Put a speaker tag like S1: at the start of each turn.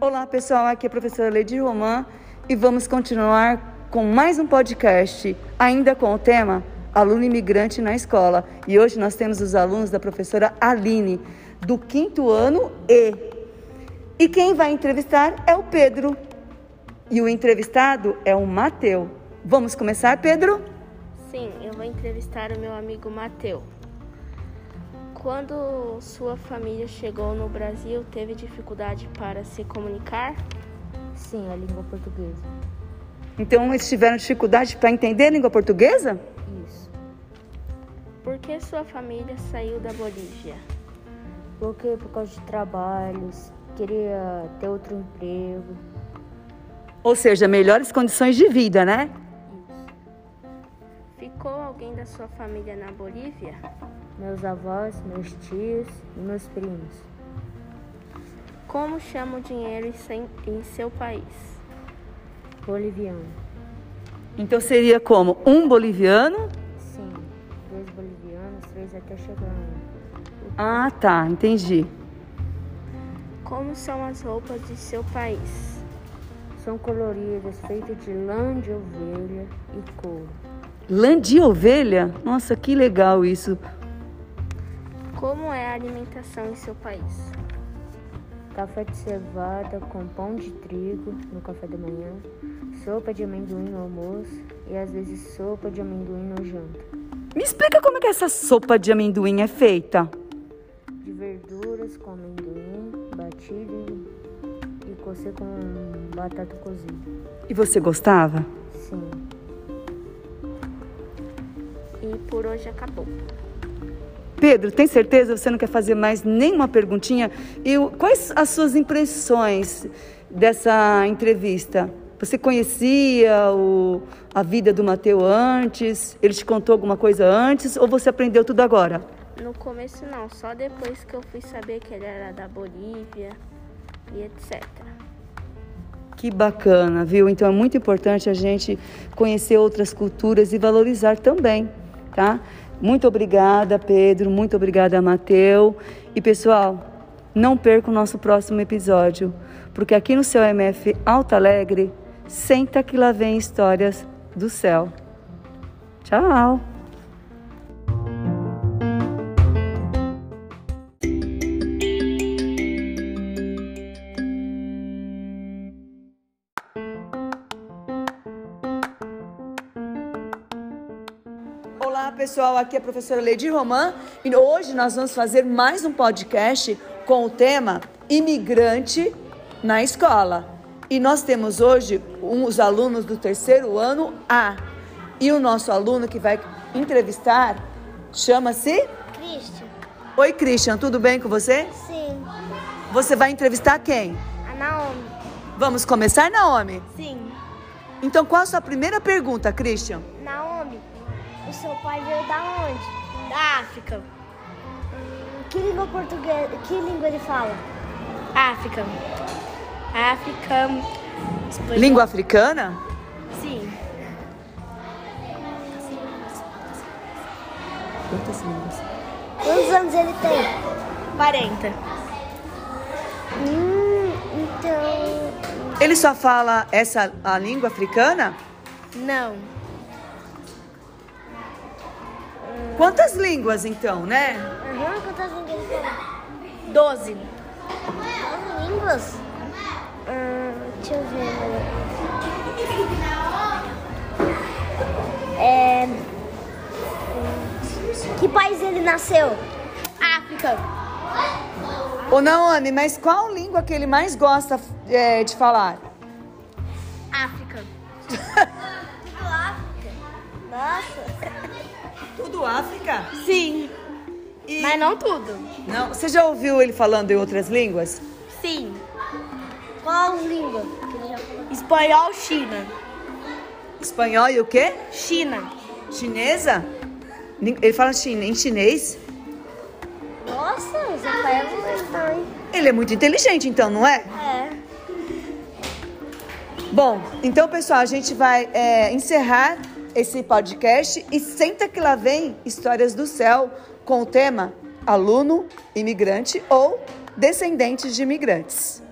S1: Olá pessoal, aqui é a professora Lady Roman e vamos continuar com mais um podcast, ainda com o tema Aluno Imigrante na Escola. E hoje nós temos os alunos da professora Aline, do quinto ano E. E quem vai entrevistar é o Pedro. E o entrevistado é o Mateu. Vamos começar, Pedro?
S2: Sim, eu vou entrevistar o meu amigo Mateu. Quando sua família chegou no Brasil, teve dificuldade para se comunicar?
S3: Sim, a língua portuguesa.
S1: Então eles tiveram dificuldade para entender a língua portuguesa?
S3: Isso.
S2: Por que sua família saiu da Bolívia?
S3: Porque por causa de trabalhos, queria ter outro emprego.
S1: Ou seja, melhores condições de vida, né?
S2: Ficou alguém da sua família na Bolívia?
S3: Meus avós, meus tios e meus primos.
S2: Como chama o dinheiro em sem- em seu país?
S3: Boliviano.
S1: Então seria como um boliviano?
S3: Sim, dois bolivianos, três até chegando.
S1: Ah, tá, entendi.
S2: Como são as roupas de seu país?
S3: São coloridas, feitas de lã de ovelha e couro.
S1: Lã de ovelha? Nossa, que legal isso.
S2: Como é a alimentação em seu país?
S3: Café de cevada com pão de trigo no café da manhã, sopa de amendoim no almoço e às vezes sopa de amendoim no janta.
S1: Me explica como é que essa sopa de amendoim é feita.
S3: de verduras com amendoim batido e cocê com batata cozida.
S1: E você gostava?
S3: Sim,
S2: E por hoje acabou.
S1: Pedro, tem certeza você não quer fazer mais nenhuma perguntinha? E o- quais as suas impressões dessa entrevista? Você conhecia o- a vida do Mateu antes? Ele te contou alguma coisa antes? Ou você aprendeu tudo agora?
S2: No começo não, só depois que eu fui saber que ele era da Bolívia e etc.
S1: Que bacana, viu? Então é muito importante a gente conhecer outras culturas e valorizar também, tá? Muito obrigada, Pedro. Muito obrigada, Mateu. E pessoal, não perca o nosso próximo episódio, porque aqui no seu MF Alta Alegre, senta que lá vem histórias do céu. Tchau! Olá pessoal, aqui é a professora Lady Roman e hoje nós vamos fazer mais um podcast com o tema Imigrante na Escola. E nós temos hoje um- os alunos do terceiro ano A. E o nosso aluno que vai entrevistar chama-se.
S2: Cristian,
S1: Oi, Christian, tudo bem com você?
S2: sim.
S1: Você vai entrevistar quem?
S2: A Naomi,
S1: Vamos começar, Naomi?
S2: sim.
S1: Então, qual a sua primeira pergunta, Christian?
S2: Naomi, o seu pai veio da onde? Da África. Hum,
S4: Que língua portuguesa, que língua ele fala?
S2: África. África. espanhol.
S1: Língua africana?
S2: Sim.
S1: Quantas línguas?
S4: Quantos anos ele tem?
S2: 40.
S4: Hum, então.
S1: Ele só fala essa a língua africana?
S2: Não.
S1: Quantas línguas então, né?
S4: Aham, quantas línguas ele Tá fala?
S2: 12.
S4: Quantas línguas? Hum, deixa eu ver. É. hum, Que país ele nasceu?
S2: África.
S1: Ô Naomi, mas qual língua que ele mais gosta é, de falar?
S2: África.
S4: Nossa.
S1: Tudo África?
S2: Sim.
S1: E-
S2: Mas não tudo.
S1: Não, você já ouviu ele falando em outras línguas?
S2: Sim.
S4: Qual língua? Que ele já falou.
S2: Espanhol, China.
S1: Espanhol e o quê?
S2: China.
S1: Chinesa? Nin- Ele fala chin- em chinês?
S4: Nossa, seu pai é muito bom, hein?
S1: Ele é muito inteligente então, não é?
S4: É.
S1: Bom, então pessoal, a gente vai é, encerrar esse podcast e senta que lá vem Histórias do Céu com o tema Aluno, Imigrante ou Descendentes de Imigrantes.